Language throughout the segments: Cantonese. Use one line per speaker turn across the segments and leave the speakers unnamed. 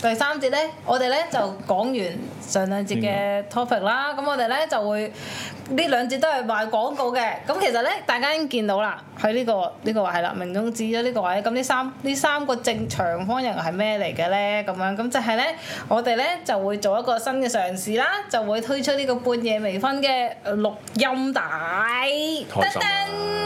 第三節咧，我哋咧就講完上兩節
啊
嘅 topic 啦，咁我哋咧就會呢兩節都係賣廣告嘅。咁其實咧，大家已經見到啦，喺呢、個呢、個位係啦，明中指咗呢個位。咁呢三呢三個正長方形係咩嚟嘅咧？咁樣咁就係咧，我哋咧就會做一個新嘅嘗試啦，就會推出呢個半夜微醺嘅呃錄音帶。
開心啊
噔噔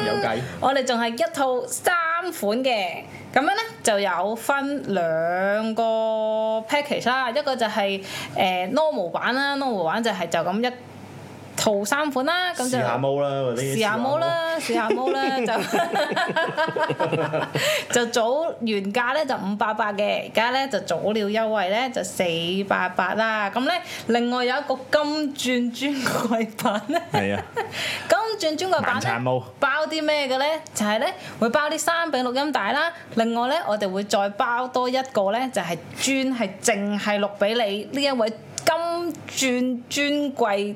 有計
我哋仲係一套三款嘅，咁樣咧就有分兩個 package 啦，一個就係、誒 normal 版啦，normal 版就係就咁一套三款啦，咁
試
就。
下毛啦嗰啲，
試下毛，啦，試下毛啦，就 就早原價咧就五百八嘅，而家咧就早料優惠咧就四百八啦。咁咧另外有一個金鑽專櫃版咧。
係啊，
金鑽專櫃版
晚餐
咧
毛
包啲咩嘅咧？就係、咧會包啲三餅錄音帶啦，另外咧我哋會再包多一個咧，就係、專係淨係錄俾你呢一位金鑽專櫃。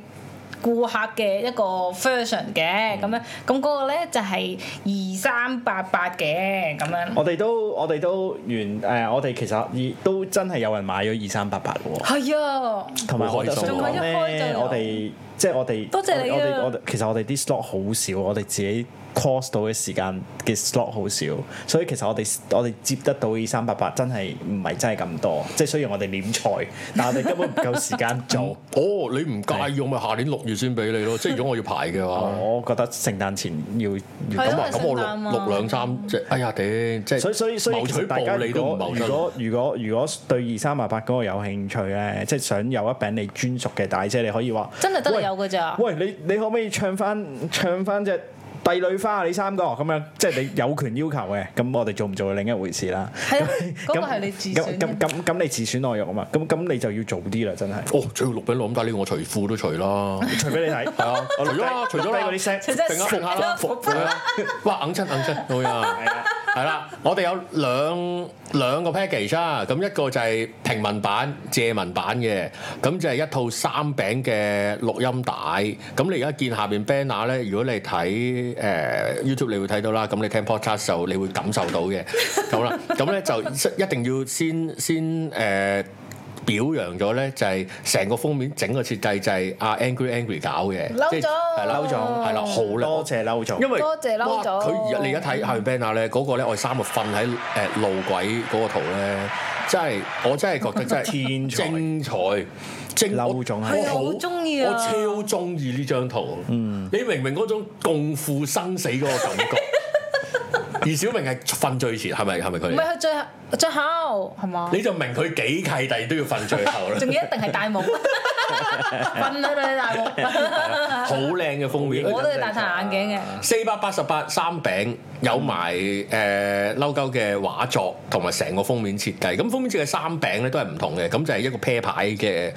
顧客嘅一個 version 嘅咁樣，咁嗰個咧就係二三八八嘅咁樣，
我哋都我哋都完誒，我哋其實已都真係有人買咗二三八八喎。
係啊，
同埋我就想
好開
講
心啊
咧，我哋即係我哋，
多謝你啊
我哋我哋其實我哋啲 slot 好少，我哋自己 cost 到嘅時間嘅 slot 好少，所以其實我哋我哋接得到二三八八真係唔係真係咁多，即係雖然我哋斂菜，但我哋根本唔夠時間 做。
哦，你唔介意我咪下年六月先俾你 咯，即係如果我要排嘅
啊
話，
我覺得聖誕前要要
係
咁
咯聖誕
啊，
咁我
啊
錄錄兩三隻，哎呀頂，即係
所以所以所以
謀
其
取
實大家
暴利
如
都唔
果
謀
如
得啦。
果如果如果對二三八八嗰個有興趣咧，即係想有一餅你專屬嘅帶啫，你可以話
真係得
喂
你有㗎咋。
喂，你你可唔可以唱翻唱翻只帝女花啊？你三個咁樣，即係你有權要求嘅。咁我哋做唔做係另一回事啦。
係啊，嗰個
咁
係你自
咁
選
咁
嘅。
咁咁你自選內容啊嘛。咁咁你就要做啲啦，真係。
哦，最要錄俾我咁但係呢個我除褲 都除 啦，
除俾 你睇，
係啊，除咗啦，除咗
低
啦
嗰啲聲，
除咗
定下定下啦，服佢啦，哇，硬親硬親， 好呀，
啊
係啦，我哋有兩兩個 package 啊，咁一個就係平民版、借民版嘅，咁就係一套三餅嘅錄音帶，咁你而家見下邊 banner 咧，如果你睇誒呃 YouTube 你會睇到啦，咁你聽 podcast 就你會感受到 嘅，好啦，咁咧就一定要先先誒。表揚咗咧，就係成個封面整個設計就係阿 Angry Angry 搞嘅，
嬲
即係
咗
係啦，
嬲咗
係啦，好啦，
多謝嬲咗。
因為
多謝嬲
哇
咗
佢而家你而家睇下面 banner 咧，嗰個咧我哋三個瞓喺誒路軌嗰個圖咧，真係我真係覺得真係
天才
精彩，精
嬲
我
咗啊
係啊
我
好鍾意啊
我超中意呢張圖。
嗯
你明唔明嗰種共赴生死嗰個感覺？ 而小明係瞓最前，係咪係咪
唔
佢？
係佢最後最後係嘛？
你就明佢幾契弟都要瞓最後 啦。
仲要一定係大 帽，瞓喺度你大帽，
好靚嘅封面，
我都要戴晒眼鏡嘅。
四百八十八三餅有埋誒
嗯
嬲鳩嘅畫作同埋成個封面設計，咁封面設計三餅咧都係唔同嘅，咁就係一個 pair 牌嘅。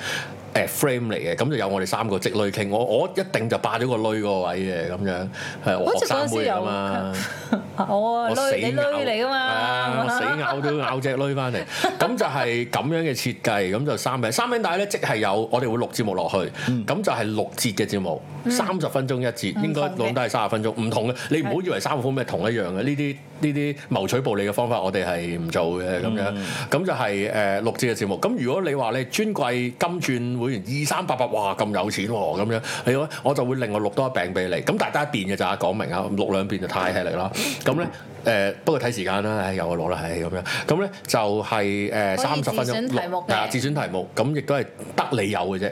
誒 frame 嚟嘅，咁就有我哋三個積累傾，我我一定就霸咗個女個位嘅咁樣，係我
好似
學
嗰
生
陣時
妹
有
啊嘛。
我啊，
我死
女你女
咬
嚟噶
係啊
嘛，
我 死咬都咬只女翻嚟。咁就係咁樣嘅設計，咁就三餅三餅帶咧，即係有我哋會錄節目落去，
嗯
咁就係六節嘅節目，三十分鐘一節，應該
唔同嘅
錄都係三十分鐘，唔同嘅。你唔好以為三個封面係同一樣嘅，呢啲呢啲謀取暴利嘅方法，我哋係唔做嘅咁樣。咁就係誒錄節嘅節目。咁如果你話你專櫃金鑽會員二三八八，哇咁有錢喎咁樣，你話我就會另外錄多一餅俾你。咁大家一邊嘅咋，講明啊，錄兩遍就太吃力啦。咁咧。誒、不過睇時間啦，唉，有我攞啦，唉咁樣，咁咧就係誒
可以
三十分
自選
鐘
題目嘅
係啊自選題目，咁亦都係得你有嘅啫。
係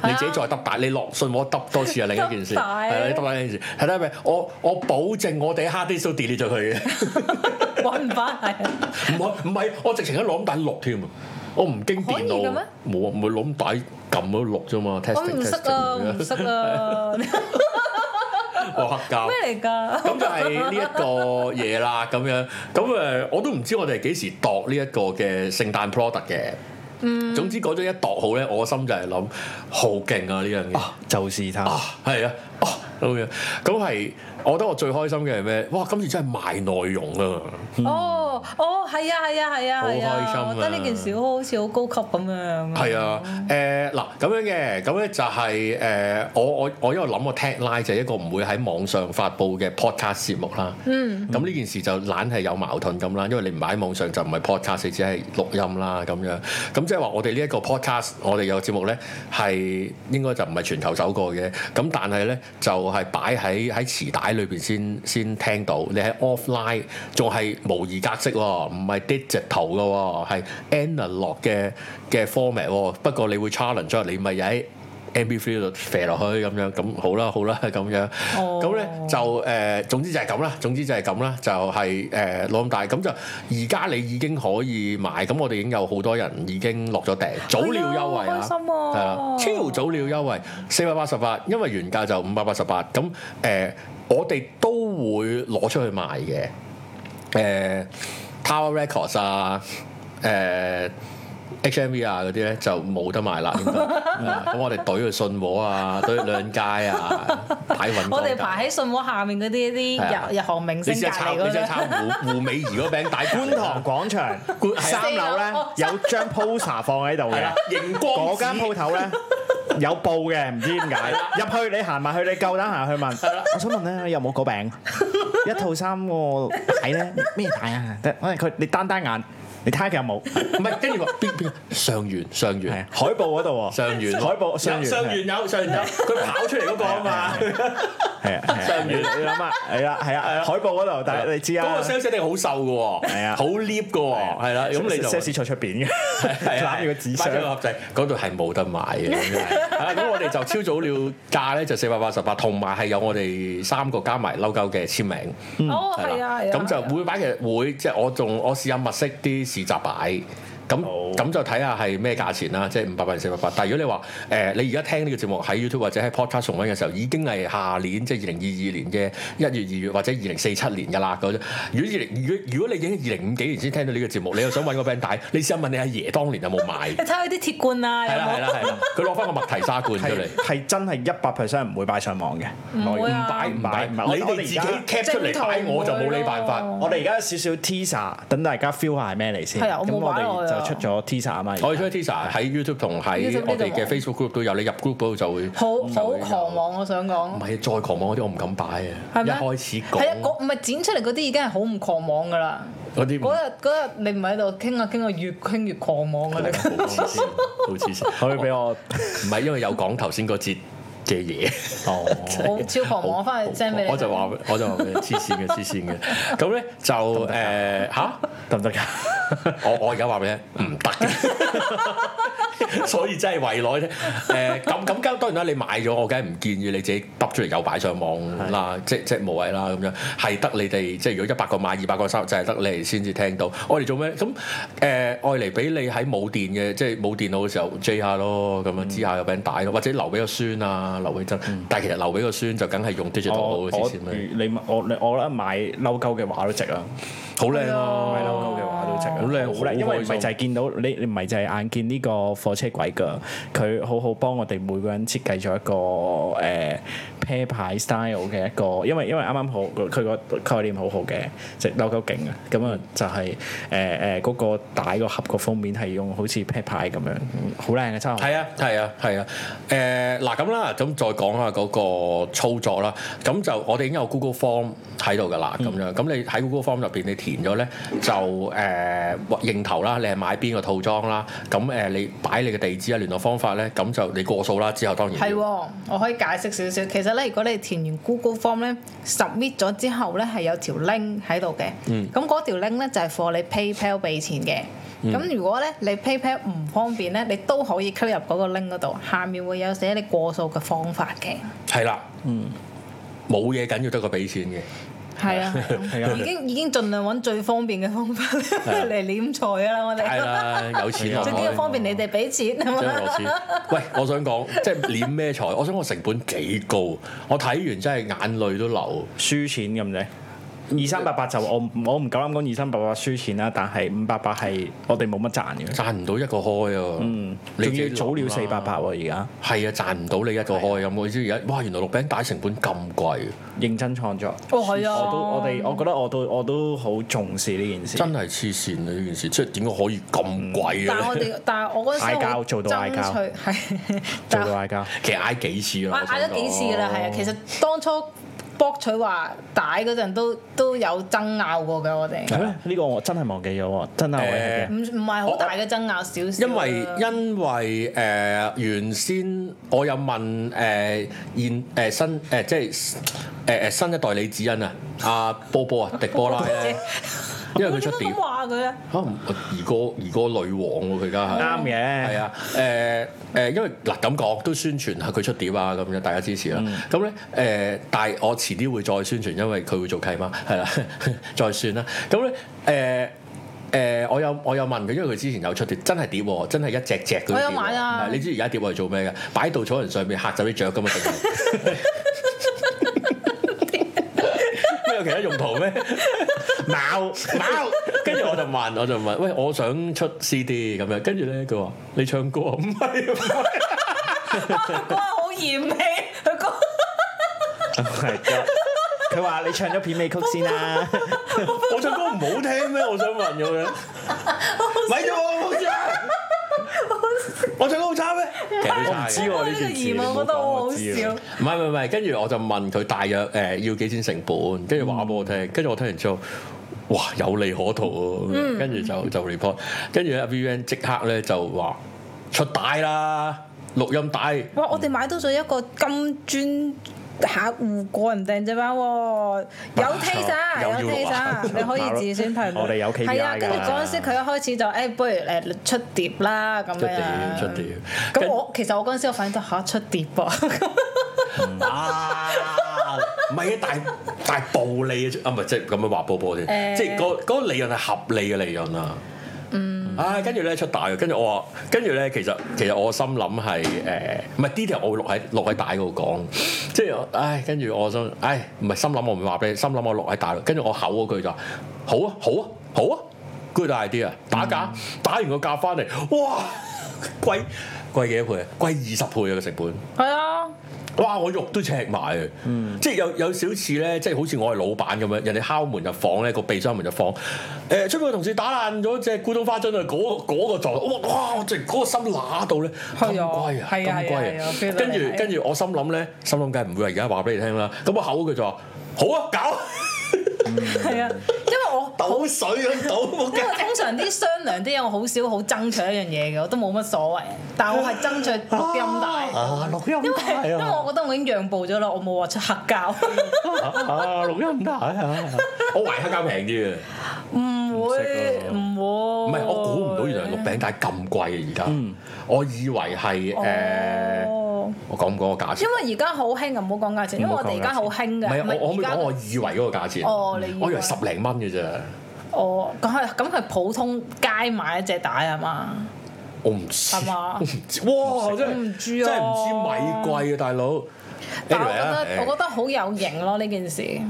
啊
你自己再揼大，你落信我揼多次係另一件事，
揼大啊
係啦，你揼大呢件事，係啦，咪我我保證我哋 hard disk 都 delete 咗 佢嘅，
揾唔翻係啊。
唔係唔係，我直情喺攞咁大錄添啊！我唔經
可以
電腦，
嘅
冇
咩
啊，唔係攞咁大撳咗錄啫嘛
我唔
，testing
識啊，
testing
唔識啊，
我黑膠。
咩嚟㗎？
咁就係呢一個嘢啦，咁樣咁誒，我都唔知我哋幾時度呢一個嘅聖誕 product 嘅。嗯，總之嗰張一度好咧，我心就係諗好勁啊呢樣嘢啊，
就是他。
係啊，啊咁樣，咁係我覺得我最開心嘅係咩？哇！今次真係賣內容啊！
哦，哦，係啊，係啊，係啊，係
好開心啊
啊！我覺得呢件事好好似好高級咁樣。
係啊，誒嗱咁樣嘅，咁咧就係、誒、我我我因為諗個 tagline 就係一個唔會喺網上發布嘅 podcast 節目啦。嗯。咁呢件事就懶係有矛盾咁啦，因為你唔係喺網上就唔係 podcast，你只係錄音啦咁樣。咁即係話我哋呢一個 podcast，我哋有節目咧係應該就唔係全球首個嘅，咁但係咧就係、擺喺喺磁帶裏邊先先聽到，你喺 offline 仲係模擬格式喎、唔係 digital 嘅喎、係 analog 嘅嘅 format 喎、不過你會 challenge 咗你咪喺 MP3 度射落去咁樣，咁好啦好啦咁樣，
哦
咁咧、就誒、呃總之就係咁啦，總之就係咁啦，就係誒攞咁大，咁就而家你已經可以買，咁我哋已經有好多人已經落咗訂，早鳥優惠
哎呀
啊，
好開心啊
啦超早鳥優惠四百八十八，因為原價就五百八十八，咁誒我哋都會攞出去賣嘅，誒、Tower Records 啊，呃誒、HMV 啊嗰啲咧就冇得賣啦，應該啊咁我哋懟去信和啊，懟去兩街 啊，睇揾
我哋排喺信和下面嗰啲
係啊
啲日日韓明
你
星
試
隔
下抄，
離
你
嗰
試下
啲。
抄胡胡美儀嗰餅帶
觀塘啊廣場
觀 係啊
三樓咧有張 poster 放喺度
係啊
嘅
啦，，熒光
嗰
紙
間鋪 頭咧有布嘅，唔知點解入去你行埋去，你夠膽行去問，我想問咧你有冇嗰 餅一套衫喎睇咧咩睇啊？得可能佢你單單眼，你睇下佢有冇
唔係跟住話邊邊個上元上
係啊
元
海報嗰度喎，
上元
海報上元啊
上元有上元有，佢跑出嚟嗰個啊嘛。
係啊，係啊
上元
你諗下係啊係啊海報嗰度，但係你知
嗰
啊
個。sales 一定好瘦嘅喎，
係啊
好 lift 嘅喎，係啦，咁你就
sales 坐出邊嘅，
係啊
攬住個紙
擺咗個
箱，
盒仔，嗰度係冇得買嘅。咁樣係啊咁我哋就超早了價咧就四百八十八，同埋係有我哋三個加埋嬲鳩嘅簽名。
哦，係啊，係啊。
嗯咁就每擺其實會即係我仲我試下物色啲市集擺。咁
好
咁就睇下係咩價錢啦，即係五百八四百八。但係如果你話誒、你而家聽呢個節目喺 YouTube 或者喺 Podcast 重温嘅時候，已經係下年即係二零二二年嘅一月、二月或者二零四七年㗎啦。嗰種如果二零如果如果你已經二零五幾年先聽到呢個節目，你又想揾個 band 帶， 你試下問你阿爺當年有冇買？
你睇下佢啲鐵罐啊，有
係啦係
冇？
啦係啦，佢攞翻個麥提沙罐出嚟
係。係真係一百 percent 唔會擺上網嘅，
唔會啊
擺唔擺？
唔係我
你哋
我哋
自己
而
cap 出嚟
正
擺，
頭
我就冇你辦法
唔會。咯
我哋而家有少少 teaser，等大家 feel 下係咩嚟先。
係啊我
咁
冇
我
玩落去啊
哋就出咗 teaser 啊嘛。
我哋出 Tisa 喺 YouTube 同喺
YouTube
我哋嘅
呢度
Facebook group 都有，你入 group 嗰度就會
好
就
好
會有
狂妄，我想
唔
講。
係再狂妄嗰啲我唔敢擺啊！
係
一
咩
開始
係啊，
講
嗰唔係剪出嚟嗰啲已經係好唔狂妄㗎啦。
嗰啲唔
嗰日嗰日你唔喺度傾啊傾啊，越傾越狂妄㗎啦。
好黐線，好黐線，
可以俾我
唔係因為有講頭先嗰節嘅嘢。
哦，
我超狂妄，我翻去 send 俾你。
我就話我就話俾你黐線嘅黐線嘅，咁咧就誒吓，
得唔得㗎？
我我而家話俾你聽，唔得嘅， 所以真係為內啫。誒咁咁咁當然啦，你買咗我梗係唔建議你自己揼出嚟有擺上網啦，即即無謂啦咁樣，係得你哋即係如果一百個買二百個收，就係得你哋先至聽到。我哋做咩？咁誒愛嚟俾你喺冇電嘅，即係冇電腦嘅時候 J 下咯，咁樣之下有餅帶咯，或者留俾個孫啊，留俾真。但係其實留俾個孫就梗係用 digital 好
我
嘅
我
先啦，
你我你我覺得買嬲鳩嘅畫都值啊，
好靚咯，
買嬲鳩嘅畫都值啊，
好靚好
因為唔係
開心
就係見到你，你唔係就係眼見呢個火車軌㗎，佢好好幫我哋每個人設計咗一個誒 pair 牌 style 嘅一個，因為因為啱啱好佢個概念好好嘅，即係嬲鳩勁啊！咁啊就係誒誒嗰個帶個盒個封面係用好似 pair 牌咁樣，嗯好靚嘅真係。
係啊，係啊，係啊。誒嗱咁啦，咁再講下嗰個操作啦。咁就我哋已經有 Google Form 喺度㗎啦，咁
嗯
樣。咁你喺 Google Form 入邊你填咗咧，就誒、呃、認頭啦，你係買邊個套裝啦。咁誒、你擺你嘅地址啊、聯絡方法咧，咁就你過數啦。之後當然
係
要
喎，我可以解釋少少。其實咧，如果你填完 Google Form 咧，submit 咗之後咧，係有條 link 喺度嘅。
嗯
咁嗰、條 link 咧就係 for 你 PayPal 俾錢嘅。
嗯
咁、如果咧你 PayPal 唔方便咧，你都可以 click 入嗰個 link 嗰度，下面會有寫你過數嘅方法嘅。
係啦，嗯，冇嘢緊要得過俾錢 嘅。
係啊，
係啊
已經已經盡量揾最方便嘅方法嚟斂財啊啦，我
係
哋。
啦，有錢
最緊要
落
方便你哋俾錢係
真係
嘛？
攞錢。喂，我想講，即係攣咩財？我想講成本幾高，我睇完真係眼淚都流。
輸錢咁啫，二三八八就我唔我唔夠膽講二三八八輸錢啦，但係五八八係我哋冇乜賺嘅。
賺唔到一個開啊！
嗯，
你
仲
自己
要早料
諗啦
四八八喎，而家
係啊，賺唔到你一個開咁。我知而家哇，原來六餅帶成本咁貴，
認真創作。
哦係啊
我都我哋我覺得我都我都好重視呢件事。
真係黐線啊！呢件事即係點解可以咁貴啊
但係
嘅
我
咧？
哋，但係我嗰陣時
嗌交
好
做到嗌交
爭取係
做到嗌交，
其實嗌幾次啊
我
啦，
嗌咗幾次啦，係啊，其
實
實當初博取話帶嗰陣都都有爭拗過嘅，我哋
係咩？呢個我真係忘記咗喎，真係我係
唔
嘅。
唔係好大嘅爭拗，少少啦。啊
因為因為誒、呃原先我有問誒、呃、現誒、呃新誒、呃即係誒誒新一代李子欣啊，阿波波啊，迪波拉 咧，因為佢出碟
點解咁。話佢咧？
嚇唔兒歌兒歌女王喎，佢而家係
啱嘅
係啊誒誒，因為嗱咁講都宣傳下佢出碟啊，咁樣大家支持啦。咁咧誒，但係我遲啲會再宣傳，因為佢會做契媽，係啦， 再算啦。咁咧誒誒，我有我有問佢，因為佢之前有出碟，真係碟喎，真係一隻隻嗰啲碟喎。
我有買啊
係你知而家碟我係做咩嘅？擺稻草人上面嚇走啲雀㗎嘛，定係 咩有其他用途咩？
貓
冇，跟住我就問，我就問，喂，我想出 CD 咁樣，跟住咧佢話你唱歌啊唔係唔 係，
佢歌好嫌棄，佢歌
係啊㗎 佢話你唱咗片尾曲先 啦，
我唱歌唔好聽咩？我想問 咁樣，咪咗我好差，我唱歌好差咩？其實都
我唔
差
知喎
嘅
呢
呢個
件事
疑。問，我覺得好好
你冇講我
笑
知。啊
唔係唔係唔係，跟住我就問佢大約誒、呃要幾錢成本，跟住話俾我聽，跟住我聽完之後，哇有利可圖喎、跟住就就 report，跟住阿 V N 即刻咧就話出帶啦，錄音帶。
哇！我哋買到咗一個金磚客戶個人訂製版喎，有
冇錯
taste 啊，
有
有 taste 啊，你可以自己選評論。
我哋有 KPI
係啊，跟住
㗎
嗰陣時佢一開始就誒，不如誒出碟啦咁
出碟
樣。
出碟
咁
跟
我其實我嗰陣時我反應到嚇出碟噃，
啊！唔係啊，大大暴利啊！啊，唔係即係咁樣話波波
誒
啫，即係嗰嗰個利潤係合理嘅利潤啊。嗯，唉，跟住咧出大嘅，跟住我話，跟住咧其實其實我心諗係誒，唔係 detail 我會錄喺錄喺帶嗰度講，即係我唉，跟住我心唉，唔係心諗我唔會話俾你，心諗我錄喺帶度，跟住我口嗰句就話好啊好啊好啊，good idea，打價，打完個價翻嚟，哇，貴貴幾多倍啊？貴二十倍啊個成本。
係啊，
哇！我肉都赤埋啊，即係有有少似咧，即係好似我係老闆咁樣，人哋敲門入房咧，個秘箱門入房，誒、出邊個同事打爛咗隻古董花樽啊！嗰、嗰個狀態，哇哇！我直嗰個心乸到咧，
係
咁
啊
貴啊，
係啊係
咁
啊係啊
貴
，feel
啊！
到
跟
你係
住
啊
跟住我心諗咧，心諗梗係唔會話而家話俾你聽啦。咁我口佢就話：好啊，搞
係啊，因為我。
倒水咁倒，冇
因為
計
通常啲商量啲嘢，我好少好爭取一樣嘢嘅，我都冇乜所謂。但我係爭取錄音帶，
啊！錄音
因為
帶
因為
啊！
我覺得我已經讓步咗啦，我冇話出黑膠。
啊！錄音帶啊！我懷黑膠平啲啊！
唔會
識啊
唔
唔
會，
係，我估唔到原來六餅帶咁貴啊！而家，我以為係誒，
嗯哦
我講唔講個價錢？
因為而家好興啊，唔好講價錢，因為我哋而家好興
唔
嘅。
係，我我可唔可以
而家
講我以為嗰個價錢？
啊哦你以為
我以為十零蚊嘅啫，
哦，咁係咁係普通街買一隻帶啊嘛，
我唔知，
係嘛
我唔知，哇！真係
唔知啊
真係唔知米貴啊，大佬。
但係我
Anyway
覺
啊
得我覺得好有型咯呢件事，因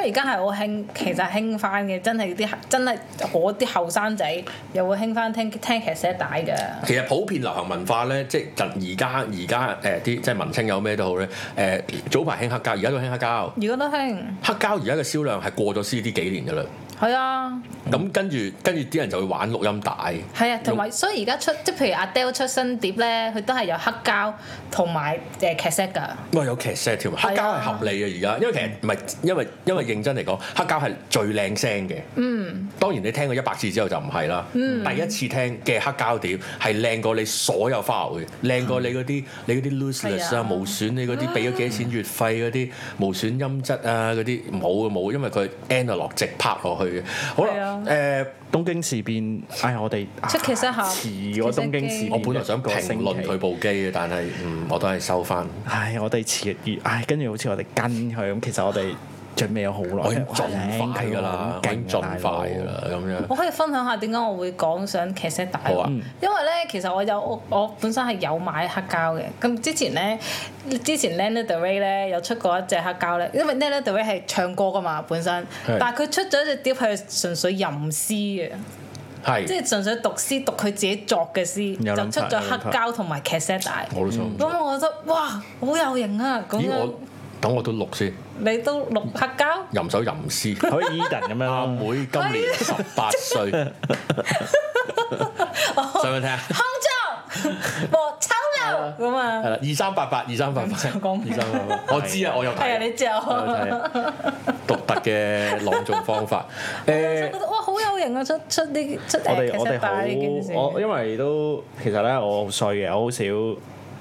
為而家係好興，其實興翻嘅，真係啲真係嗰啲後生仔又會興翻聽聽劇 set 帶嘅。
誒其實普遍流行文化咧，即係而家而家誒啲即係文青有咩都好咧，誒早排興黑膠，而家都興
而
黑膠。
家都興，
黑膠而家嘅銷量係過咗 CD 幾年㗎啦，
係啊，
咁跟住跟住啲人就會玩錄音帶。
係啊，同埋所以而家出即係譬如阿 Del 出新碟咧，佢都係有黑膠同埋誒劇 set 㗎。
哇！有 cassette 添啊，黑膠係合理嘅而家，因為其實唔係因為因為認真嚟講，黑膠係最靚聲嘅。嗯，當然你聽過一百次之後就唔係啦。
嗯
第一次聽嘅黑膠碟係靚過你所有花嘅，靚過你嗰啲你嗰啲 looseless
嗯係
啊
啊、
無損你嗰啲俾咗幾多錢月費嗰啲無損音質啊嗰啲冇啊冇，因為佢 analog 直拍落去嘅。好
係
啦
啊，
誒。
東京事變，哎呀，我哋
出其實下
遲咗東京事變。
我本來想
一個星
評
期
論佢部機嘅，但係嗯，我都係收翻。
唉，我哋遲日，唉，跟住好似我哋跟佢咁，其實我哋準備咗好耐，
我已經
哇
盡
靚
快
佢
㗎啦，我已經
勁
盡
啊
快㗎啦，咁樣。
我可以分享下點解我會講想騎石帶
好
喎
啊，
因為咧其實我有我我本身係有買黑膠嘅，咁之前咧之前 Lana Del Rey 咧有出過一隻黑膠咧，因為 Lana Del Rey 係唱歌噶嘛本身
係，
但係佢出咗一隻碟係純粹吟詩嘅，即
係，
係純粹讀詩讀佢自己作嘅詩，
有
就
諗
出
法
咗
有
黑
諗法
膠同埋騎石帶，
我都想唔
咁
到。
我覺得哇好有型啊！咁
咦，
樣
我等我都錄先，
你都錄黑膠？
吟首吟詩。
好似 Eden 咁樣
阿
啦，
妹今年十八歲，想唔想聽啊？
康州 和丑陋咁
係
啊！
啦，二三八八，二三八八，二
想
三
講咩
八八，我知啊，我有
嗯係啊，你
睇，
知
我有
啊。
睇獨特嘅朗誦方法。誒
覺，得哇好有型啊！出出呢出誒
我 哋
劇
我
集帶呢件
哋
事，
好，我因為都其實咧，我好衰嘅，我好少，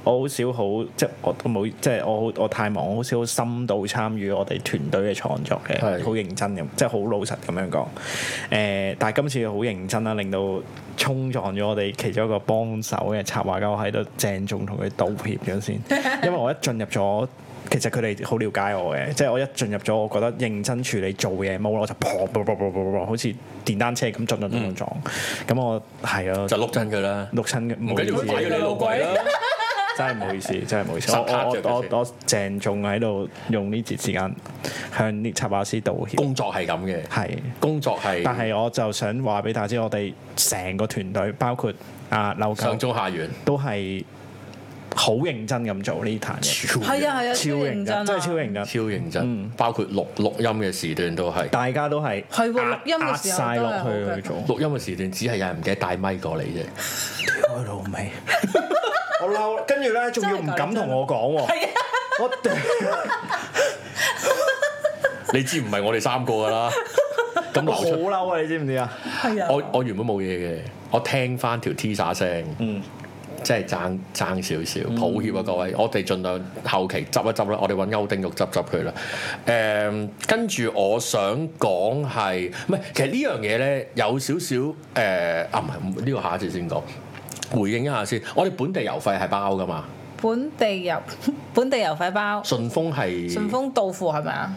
我好少好即係我都冇，即係我好我太忙，我好少好深度參與我哋團隊嘅創作嘅，
係
好認真咁，即係好老實咁樣講。誒、但係今次好認真啦，令到衝撞咗我哋其中一個幫手嘅插畫家，我喺度鄭重同佢道歉咗先，因為我一進入咗。其實佢哋好了解我嘅，即係我一進入咗，我覺得認真處理做嘢冇我就砰砰砰砰砰砰好似電單車咁進進進撞，咁、我係啊
就碌真佢啦，
六親嘅，唔
唔
好
緊
意
要，擺咗你
思，
老鬼啦。
真係唔好意思，真係唔好意思，
十
我我
卡着
我
佢先
我我鄭重喺度用呢節時間向啲插畫師道歉，
工作係咁嘅，
係。
工作係
但係我就想話俾大家知，我哋成個團隊包括啊劉
上
教
中下元，
都係好認真咁做呢壇嘢，
係啊係啊，
超認真，真係超認真。
超認真，包括錄錄音嘅時段都係。
大家都係
係喎
壓
錄音嘅
壓
時候
晒
都
落
係好
去
嘅
去做，
錄音嘅時段只係有人唔記得帶咪過嚟啫，
屌佢老味， 我嬲，跟住咧仲要唔敢同我講喎， 我屌
你知唔係我哋三個噶啦，咁
我好
流出
嬲啊！你知唔知啊？
係啊，
我我原本冇嘢嘅，我聽翻條 T 沙聲，嗯，即係爭爭少少，抱歉啊各位，我哋盡量後期執一執啦，我哋揾歐丁肉執執佢啦。誒、跟住我想講係，唔係其實呢樣嘢咧有少少誒啊，唔係呢個下一節先講。回應一下先，我哋本地郵費係包噶嘛？
本地油 本地油費包，
順豐係
順豐到付係咪啊？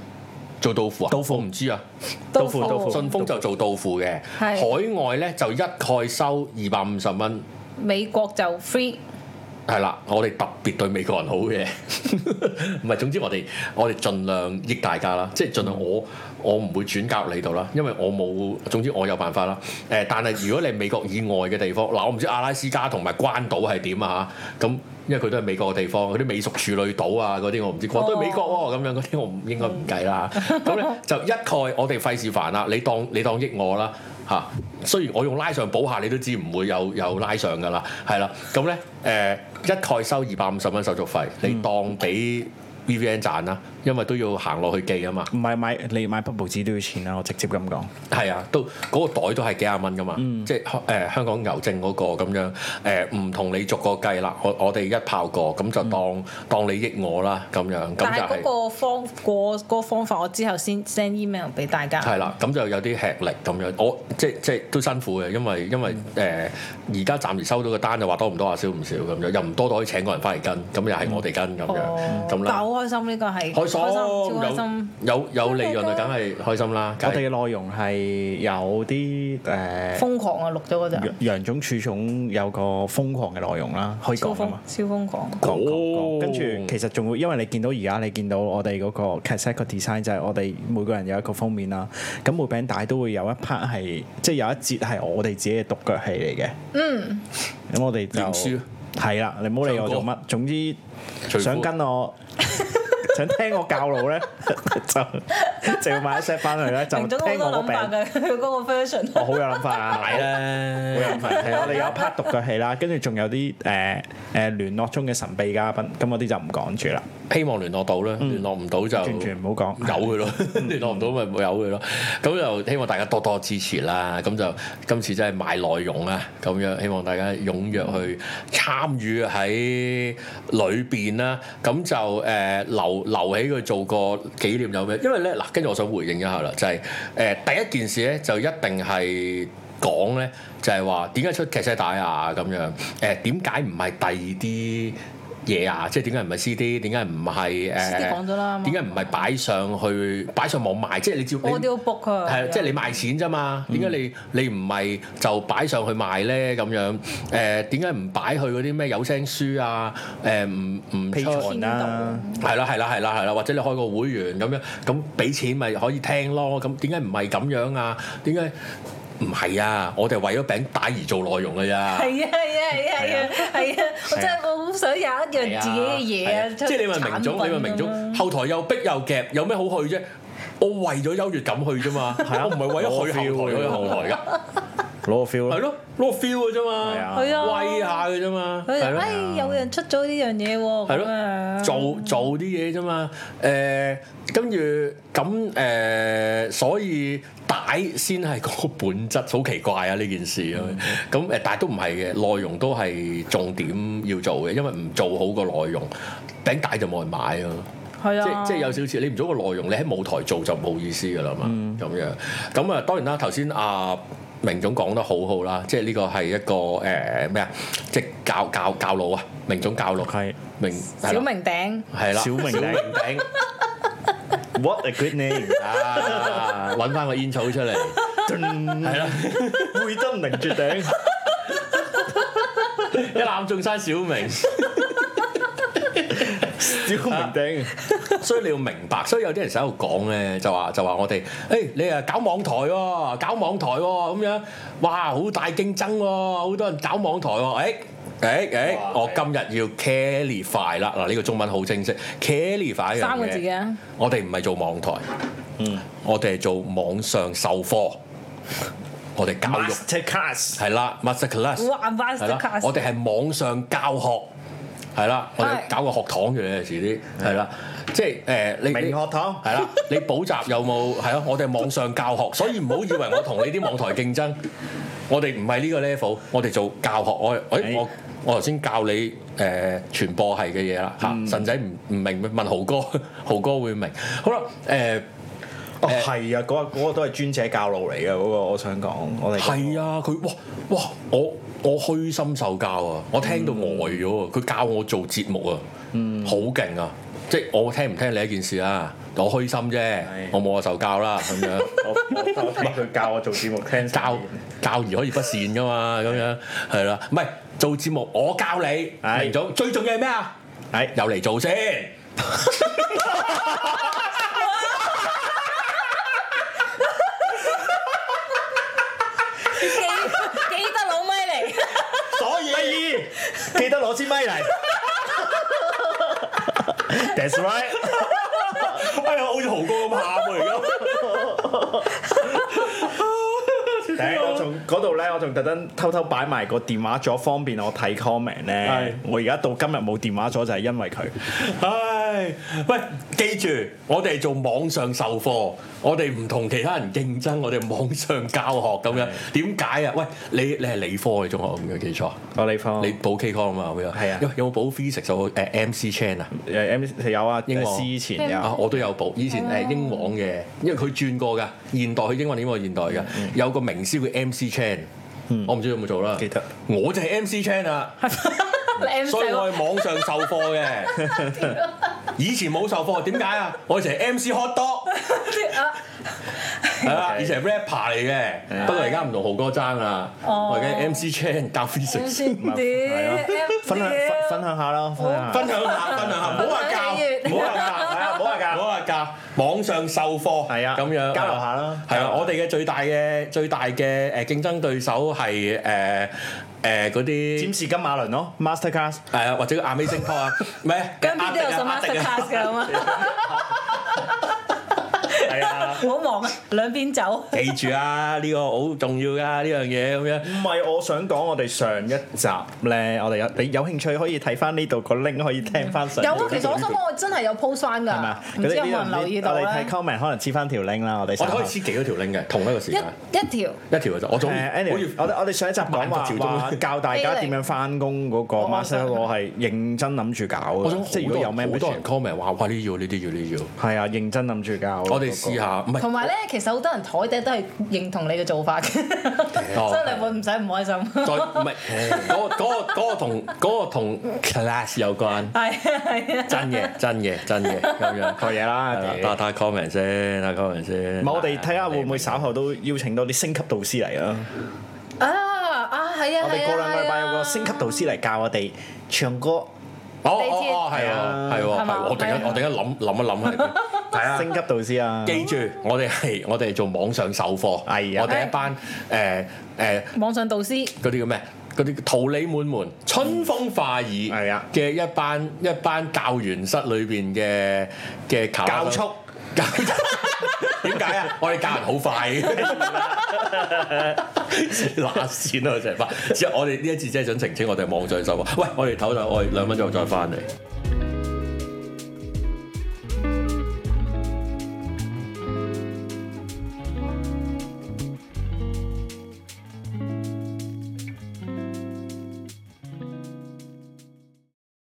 做豆腐啊？豆腐唔知啊。
到付到付
順豐就做豆腐嘅，海
係
外咧就一概收二百五十蚊。
美國就 free，
係啦，我哋特別對美國人好嘅， 唔係總之我哋我哋盡量益大家啦，即係盡量我我唔會轉交你度啦，因為我冇總之我有辦法啦。誒、但係如果你美國以外嘅地方，嗱、我唔知阿拉斯加同埋關島係點啊嚇，咁因為佢都係美國嘅地方，嗰啲美屬處女島啊嗰啲我唔知，我都係美國哦喎、咁樣嗰啲我唔應該唔計啦。咁 咧就一概我哋費事煩啦，你當你當益我啦嚇、雖然我用拉上補下，你都知唔會有有拉上噶啦，係啦。咁咧誒一概收二百五十蚊手續費，
嗯
你當俾 VVN 賺啦，因為都要行落去寄啊嘛。
唔係買你買 b u 紙都要錢啊啦，我直接咁講。
係啊，都嗰、個袋都係幾廿蚊噶嘛，
嗯
即係誒、香港郵政嗰、個咁樣誒，唔、同你逐個計啦。我我哋一炮過，咁就當、當你益我啦，咁樣
嗯但
咁就
係
係、
嗰個方嗰嗰個方法，我之後先 send email 俾大家。
係啦，咁就有啲吃力咁樣，我即即都辛苦嘅，因為因為誒
嗯
而家暫時收到個單就話多唔多啊，少唔少咁樣，又唔多都可以請個人翻嚟跟，咁又係我哋跟咁
哦
樣，
但
咁啦，
好開心呢個係
開心，
超開心。
有有有利潤就梗係開心啦，
我
梗係
哋嘅內容係有啲誒，
瘋狂啊！錄咗嗰陣，
楊總處總有個瘋狂嘅內容啦，可以
超
講啊
瘋
嘛。
超瘋狂。
講講講
哦
跟住其實仲會，因為你見到而家你見到我哋嗰個 cassette 個 design 就係我哋每個人有一個封面啦。咁每餅帶都會有一 part 係，即係有一節係我哋自己嘅獨腳戲嚟嘅。嗯。咁我哋就
念書啊
係啦，你唔好理我做乜，總之
除褲
想跟我。 想聽我教路咧， 就就要買一 set 翻去咧，就
明總好
聽我
多
個
諗法
餅。
㗎， 佢嗰個 version。
我好有諗法啊！
買
好有
咧，
問題，我哋有 part 獨腳戲啦，跟住仲有啲誒誒聯絡中嘅神秘嘉賓，咁嗰啲就唔講住啦，
希望聯絡到啦，聯絡唔到就
嗯完全唔好講。
有佢咯， 聯絡唔到咪冇有佢咯。咁就希望大家多多支持啦。咁就今次真係買內容啦，咁樣希望大家踴躍去參與喺裏邊啦。咁就誒、呃留留起佢做個紀念有咩？因為咧嗱，跟住我想回應一下啦，就係、呃第一件事咧就一定係。講咧就係話點解出劇車帶啊咁樣？誒點解唔係第二啲嘢啊？即係點解唔係 CD？點解唔係誒？
CD 講咗啦
點解唔係擺上去擺上網賣？即係你照你
Audio book 佢
係啊即係你賣錢啫嘛？點解你你唔係就擺上去賣咧？咁樣誒點解唔擺去嗰啲咩有聲書啊？誒唔唔出
Patreon 啦，
係啦係啦係啦係啦，或者你開個會員咁樣，咁俾錢咪可以聽咯。咁點解唔係咁樣啊？點解唔係啊？我哋為咗餅打而做內容嘅咋。
係啊係啊係啊係啊係啊！我真係好想有一
係
樣
啊
自己嘅嘢啊！
係即係你問明總，你
啊
問明總，後台又逼又夾，有咩好去啫？我為咗優越感去啫嘛，
係啊
我唔係為咗去後台
攞 feel
去後台㗎，
攞個 feel
係
咯，
咯，攞個 feel 嘅啫
係
嘛，
啊
係啊
威下嘅啫嘛，
佢
係
就
咯
哎。有人出咗呢樣嘢喎，
係
咁啊
咯，
樣
做做啲嘢啫嘛。誒、跟住咁誒，所以帶先係個本質，好奇怪啊呢件事啊。咁誒、但係都唔係嘅，內容都係重點要做嘅，因為唔做好個內容，餅帶就冇人買啊。
係
即
啊，
即有少少，你唔做個內容，你喺舞台做就冇意思噶啦嘛，
嗯
咁、樣。咁啊，當然啦，頭先阿明總講得好好啦，即係呢個係一個誒咩啊，即係教教教路啊，明總教路
係
明係啦
小明頂
係啦，
小明頂
頂
What a good name！
啊，揾翻個煙草 出嚟，
係啦，會登凌絕頂，
一攬中山小明。
小明頂，
所以你要明白，所以有啲人成日喺度講咧，就話就話我哋，誒、你啊搞網台喎、搞網台喎、咁樣，哇好大競爭喎、好多人搞網台喎、誒誒誒，
哇
我今日要 clarify 啦，嗱呢個中文好清晰，clarify 一樣嘢
三個字嘅，
我哋唔係做網台，
嗯，
我哋係做網上授課，我哋教育
Masterclass，
係啦，master class。
哇 m a s t
係
e
啦
r c a，s
我哋係網上教學，係啦，我哋
係
搞個學堂嘅有陣時啲，係啦，即係誒、你
明
你
學堂
係啦，你補習有冇係咯？我哋係網上教學，所以唔好以為我同你啲網台競爭，我哋唔係呢個 level，我哋做教學，我
係
誒我。我頭先教你誒、傳播係嘅嘢啦嚇，
嗯
神仔唔唔明問豪哥， 豪哥會明。好啦，誒、
哦係啊，嗰個嗰個都係專者教路嚟嘅嗰個，我想講，我哋
係啊，佢哇哇，我我虛心受教啊，我聽到呆咗啊，佢教我做節目啊，好勁啊！即係我聽唔聽你一件事啊，我虛心啫，我冇話受教啦咁 樣，
我我我聽佢教我做節目聽
教教而可以不善噶嘛，咁樣係啦，唔係做節目我教你，
係
明總最重要係哎咩啊？
係
有嚟 做先。
記記得老咪嚟，
所以記得攞支咪嚟。That's right，
哎呀，好似豪哥咁喊啊！而家
頂我仲嗰度咧，我仲特登偷偷擺埋個電話咗，方便我睇 comment 咧
係。
我而家到今日冇電話咗，就係因為佢。
唉，喂，記住，我哋做網上授課，我哋唔同其他人競爭，我哋網上教學咁樣。點解啊？喂，你你係理科嘅中學，唔嘅記錯，
我李方，
你補 K 科啊嘛，咁樣。
哦係啊
有有冇補 physics 有冇誒 MC Chan 啊？
誒 M 有啊，
英皇
C 以前有
啊，我都有補，以前誒英皇嘅，因為佢轉過㗎，現代去英文點過現代㗎，有個名師叫 MC Chan，我唔知有冇做啦。
嗯記得，
我就係 MC Chan 啊。
你 M
所以
細
我
喎
係網上授課嘅。以前冇授課，點解啊？我以前係 MC hot dog
啊
係啦，
Okay
以前係 rapper 嚟嘅，不過而家唔同豪哥爭啦。
哦
我而家 MC Chan 教
M
physics，
C 啲
係啊
M
分享分分享下啦，分享下
分享下，分享下，唔好話
分享喜悅
教，唔好話教，係啊，唔好話教，唔好話教，網上授課
係啊
咁樣
交流下啦
係
交
啊，
流
我哋嘅最大嘅最大嘅誒競爭對手係誒誒嗰
占
啲
士金馬倫咯，Masterclass。
係啊，或者個亞美星 call 啊，唔係
跟邊都有
阿迪
上
啊阿迪
master
啊
class 㗎 嘛，
係啊，
好忙啊，兩邊走。
記住啊！呢、個好重要噶，呢樣嘢咁樣。
唔係，我想講我哋上一集咧，我哋有你有興趣可以睇翻呢度個 link，可以聽翻上一集。
有啊，其實我心諗我真係有 post 翻
係咪
㗎
啊，
唔知有冇人
嗰啲
留意到啊
我
咧
哋睇？comment 可能黐翻條 link 啦，我哋
我
稍
哋
後
可以黐幾多條 link 嘅，同一個時
一
啊
間
一條
一條嘅啫。我總
誒 anyway，我
好似
哋我哋上一集講
萬
話
佛朝宗
話教大家點樣翻工嗰個
我
master，我係認真諗住搞
我想
嘅，即係如果有咩嗯
好多人 comment 話：哇！呢要呢啲要呢要。
係啊，認真諗住搞。
我哋試下，唔係
同埋咧，其實好多人台底都係認同你嘅做法嘅， 所
哦
以你會唔使唔開心。
再唔係嗰個嗰個嗰個同嗰個同 class 有關。
係啊係啊，
真嘅，真嘅，真嘅，咁樣
學嘢啦
係啦
屌
打打 comment 先，打 comment 先。啊
唔係我哋睇下會唔會稍後都邀請到啲星級導師嚟啊！
嗯
啊啊係啊，
我哋過兩個禮拜有個星級導
度，
師嚟教我哋唱歌，
哦
地
哦
鐵
哦，係啊，係
係
喎，係
嘛
喎，我突然
係
間
啊
我突然間諗諗一 諗係邊，係啊
星。級導師啊！
記住，我哋係我哋係做網上授課，
係啊
我哋一班誒誒
網上導師
嗰啲叫咩？嗰啲桃李滿門、春風化雨
係啊
嘅一班一班教員室裏邊嘅嘅教
教速
教點解啊？我哋教人好 快嘅，嗱線啊成班！即係我哋呢一次真係想澄清，我哋係網上授課。喂，我哋唞唞，我哋兩分鐘再翻嚟。